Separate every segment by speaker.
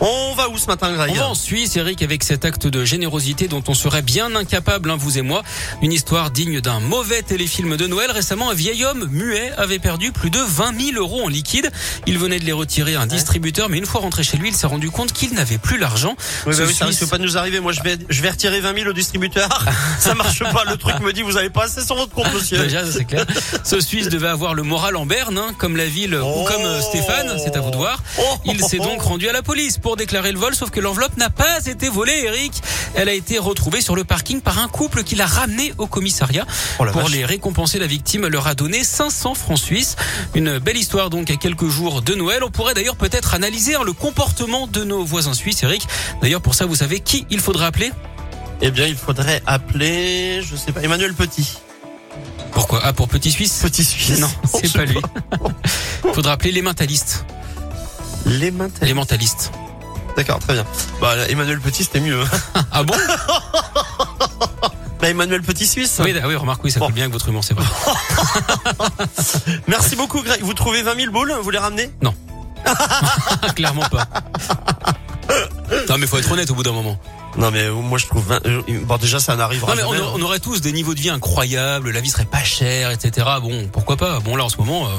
Speaker 1: On va où ce matin, Greg
Speaker 2: On va en Suisse, Eric, avec cet acte de générosité dont on serait bien incapable, hein, vous et moi. Une histoire digne d'un mauvais téléfilm de Noël. Récemment, un vieil homme muet avait perdu plus de 20 000 euros en liquide. Il venait de les retirer à un distributeur, mais une fois rentré chez lui, il s'est rendu compte qu'il n'avait plus l'argent.
Speaker 1: Oui,
Speaker 2: Ce
Speaker 1: bah oui, ça
Speaker 2: Suisse-
Speaker 1: risque pas de nous arriver. Moi, je vais, je vais retirer 20 000 au distributeur. ça marche pas. Le truc me dit, vous avez pas assez sur votre compte, monsieur.
Speaker 2: Déjà, ça, c'est clair. Ce Suisse devait avoir le moral en berne, hein, comme la ville ou
Speaker 1: Oh.
Speaker 2: comme euh, Stéphane, c'est à vous de voir.
Speaker 1: Oh.
Speaker 2: Il s'est donc rendu à la police pour déclarer le vol, sauf que l'enveloppe n'a pas été volée, Eric. Elle a été retrouvée sur le parking par un couple qui l'a ramenée au commissariat.
Speaker 1: Oh la
Speaker 2: pour
Speaker 1: vache.
Speaker 2: les récompenser, la victime leur a donné 500 francs suisses. Une belle histoire donc à quelques jours de Noël. On pourrait d'ailleurs peut-être analyser hein, le comportement de nos voisins suisses, Eric. D'ailleurs, pour ça, vous savez qui il faudrait appeler
Speaker 1: Eh bien, il faudrait appeler, je sais pas, Emmanuel Petit.
Speaker 2: Pourquoi Ah, pour Petit Suisse
Speaker 1: Petit Suisse.
Speaker 2: Non,
Speaker 1: Je
Speaker 2: c'est
Speaker 1: sais
Speaker 2: pas lui. Faudra appeler les mentalistes.
Speaker 1: Les mentalités.
Speaker 2: Les mentalistes.
Speaker 1: D'accord, très bien. Bah, là, Emmanuel Petit, c'était mieux. hein.
Speaker 2: Ah bon
Speaker 1: Bah, Emmanuel Petit Suisse.
Speaker 2: oui, ah oui, remarque, oui, ça
Speaker 1: Bon.
Speaker 2: colle bien avec votre humour, c'est vrai.
Speaker 1: Merci beaucoup, Greg. Vous trouvez 20 000 boules? Vous les ramenez?
Speaker 2: Clairement pas. Non, mais faut être honnête au bout d'un moment.
Speaker 1: Non, mais euh, moi, je trouve 20... euh, Bon, déjà, ça n'arrivera
Speaker 2: Non, mais on,
Speaker 1: jamais. hein.
Speaker 2: on aurait tous des niveaux de vie incroyables, la vie serait pas chère, etc. Bon, pourquoi pas Bon, là, en ce moment, euh,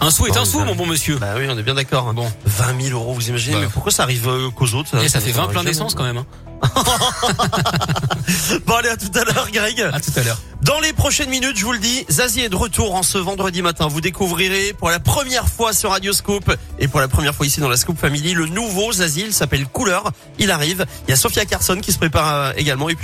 Speaker 2: un sou est
Speaker 1: Non,
Speaker 2: un
Speaker 1: mais
Speaker 2: sou,
Speaker 1: ça-
Speaker 2: mon bon monsieur.
Speaker 1: Bah oui, on est bien d'accord. hein.
Speaker 2: Bon,
Speaker 1: 20 000 euros, vous imaginez
Speaker 2: Bah.
Speaker 1: Mais pourquoi ça arrive euh, qu'aux autres
Speaker 2: et Eh, ça fait 20 plein
Speaker 1: arrive
Speaker 2: d'essence quand même. hein.
Speaker 1: jamais. Bon allez, à tout à l'heure, Greg.
Speaker 2: À tout à l'heure.
Speaker 1: Dans les prochaines minutes, je vous le dis, Zazie est de retour en ce vendredi matin. Vous découvrirez pour la première fois sur Radio Scoop et pour la première fois ici dans la Scoop Family le nouveau Zazie. Il s'appelle Couleur. Il arrive. Il y a Sophia Carson qui se prépare euh, également. Et puis